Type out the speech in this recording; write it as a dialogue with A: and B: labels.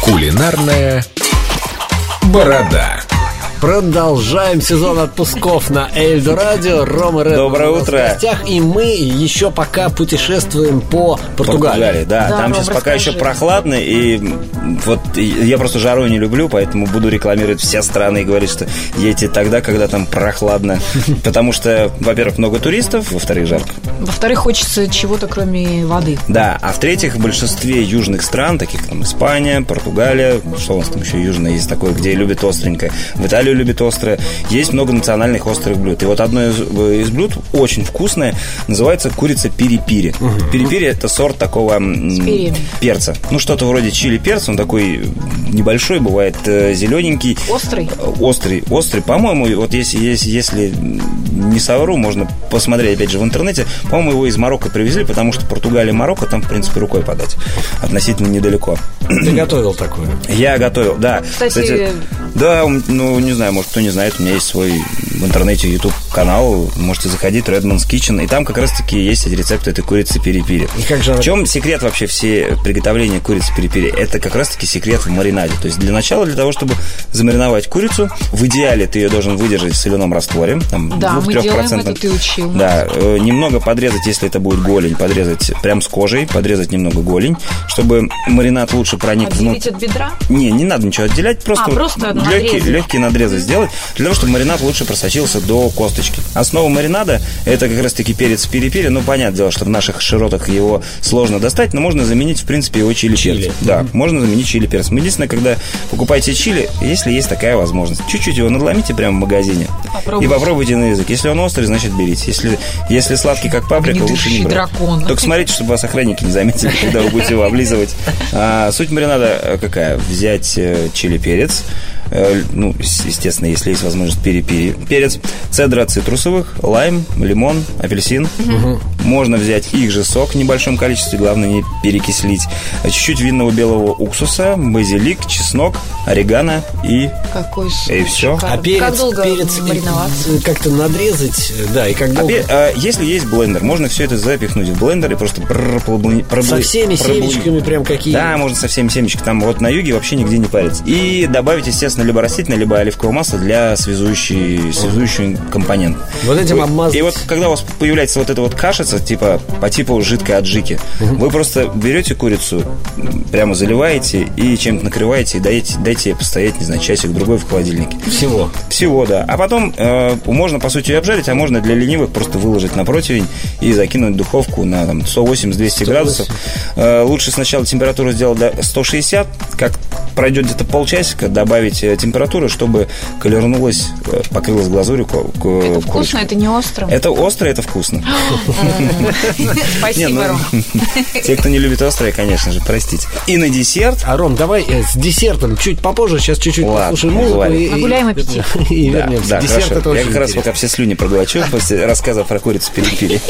A: Кулинарная борода.
B: Продолжаем сезон отпусков на Эльдо Радио. Рома Ред
C: Доброе
B: у нас
C: утро.
B: в гостях, и мы еще пока путешествуем по Португалии.
C: Португалии, да.
D: Да,
C: Там
D: Ром,
C: сейчас пока
D: расскажи.
C: еще прохладно, и м, вот и- я просто жару не люблю, поэтому буду рекламировать все страны и говорить, что едьте тогда, когда там прохладно. Потому что, во-первых, много туристов, во-вторых, жарко.
D: Во-вторых, хочется чего-то, кроме воды.
C: Да, а в-третьих, в большинстве южных стран, таких там Испания, Португалия, что у нас там еще южное есть такое, где любят остренькое, в Италию любят острое, есть много национальных острых блюд. И вот одно из, э, из блюд, очень вкусное, называется курица пири-пири. Пири-пири – это сорт такого м,
D: С перьями.
C: перца. Ну, что-то вроде чили-перца, он такой небольшой, бывает э, зелененький.
D: Острый?
C: Острый, острый, по-моему, и вот если, если, если не совру, можно посмотреть, опять же, в интернете, по-моему, его из Марокко привезли, потому что Португалия, Марокко, там, в принципе, рукой подать, относительно недалеко.
B: Ты готовил такое?
C: Я готовил, да.
D: Кстати,
C: да, ум- ну, не знаю, может, кто не знает, у меня есть свой в интернете YouTube-канал, можете заходить, Redman's Kitchen, и там как раз-таки есть рецепт этой курицы перепири.
B: И как же она-
C: В чем секрет вообще все приготовления курицы перепири? Это как раз-таки секрет в маринаде. То есть для начала, для того, чтобы замариновать курицу, в идеале ты ее должен выдержать в соленом растворе, там,
D: Да, мы делаем
C: 2-3%.
D: это, ты учил нас.
C: Да, э, немного подрезать, если это будет голень, подрезать прям с кожей, подрезать немного голень, чтобы маринад лучше проник
D: Отделить
C: внутрь.
D: от бедра?
C: Не, не надо ничего отделять, просто,
D: А,
C: вот
D: просто
C: легкие,
D: надрезы.
C: легкие надрезы сделать, для того, чтобы маринад лучше просочился до косточки. Основа маринада – это как раз-таки перец пири-пири. Ну, понятное дело, что в наших широтах его сложно достать, но можно заменить, в принципе, его чили-перец.
B: Чили.
C: Да, можно заменить чили-перец. Мы единственное, когда покупаете чили, если есть такая возможность, чуть-чуть его надломите прямо в магазине
D: Попробуйте.
C: и попробуйте на язык. Если он острый, значит, берите. Если, если сладкий, как паприка, лучше не
D: Огнедышащий
C: брать.
D: дракон.
C: Только смотрите, чтобы вас охранники не заметили, когда вы будете его облизывать. А, суть маринада э, какая? Взять э, чили-перец, э, ну, с- естественно, если есть возможность, перепири перец, цедра цитрусовых, лайм, лимон, апельсин. Можно взять их же сок в небольшом количестве, главное не перекислить. А Чуть-чуть винного белого уксуса, базилик, чеснок, орегано и
D: Какой сок.
C: И всё.
D: шикарный.
B: А перец,
D: Как долго
B: перец и-
D: мариноваться?
B: и как-то надрезать, да, и как
C: А
B: долго...
C: пе- а если есть блендер, можно все это запихнуть в блендер и просто бррр, проблы- проблы-
B: Со всеми
C: проблы-
B: семечками прям какие...
C: Да, можно со всеми семечками. Там вот на юге вообще нигде не парится. И добавить, естественно, либо растительное, либо оливковое масло для связующей, связующий компонент.
B: Вот этим
C: Вы-
B: обмазать.
C: И вот когда у вас появляется вот эта вот кашица, типа по типу жидкой аджики, вы просто берете курицу, м, прямо заливаете и чем-то накрываете и даете, дайте ей постоять, не знаю, часик-другой в холодильнике.
B: Всего.
C: Всего, да. А потом э, можно, по сути, и обжарить, а можно для ленивых просто выложить на противень и закинуть в духовку на там, 180-200 градусов. Э, лучше сначала температуру сделать до 160, как пройдет где-то полчасика, добавить э, температуру, чтобы колернулась, э, покрылась глазурью. ко- ко-
D: Это
C: курочка.
D: вкусно, это не остро.
C: Это остро, это вкусно. Не, ну,
D: Спасибо, Ром.
C: Те, кто не любит острое, конечно же, простите. И на десерт
B: А, Ром, давай э, с десертом чуть попозже, сейчас чуть-чуть
C: Ладно,
B: послушаем музыку
C: давай.
B: и... и-
D: Нагуляем аппетит.
B: И
C: Да,
B: вернемся.
C: да,
B: Десерт
C: хорошо.
B: это
C: Я
B: очень
C: как раз
B: интересно.
C: пока все слюни проглочу после рассказа про курицу перепили.